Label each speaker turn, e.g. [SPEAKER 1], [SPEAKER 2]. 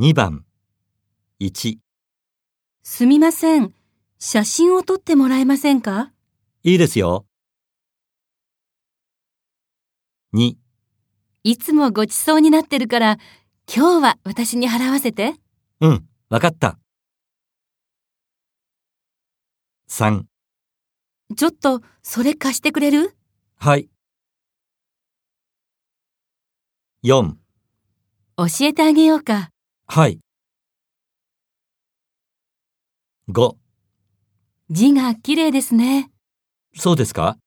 [SPEAKER 1] 2番、1、
[SPEAKER 2] すみません。写真を撮ってもらえませんか
[SPEAKER 1] いいですよ。2、
[SPEAKER 2] いつもごちそうになってるから、今日は私に払わせて。
[SPEAKER 1] うん、わかった。3、
[SPEAKER 2] ちょっと、それ貸してくれる
[SPEAKER 1] はい。4、
[SPEAKER 2] 教えてあげようか。
[SPEAKER 1] はい。5、
[SPEAKER 2] 字が綺麗ですね。
[SPEAKER 1] そうですか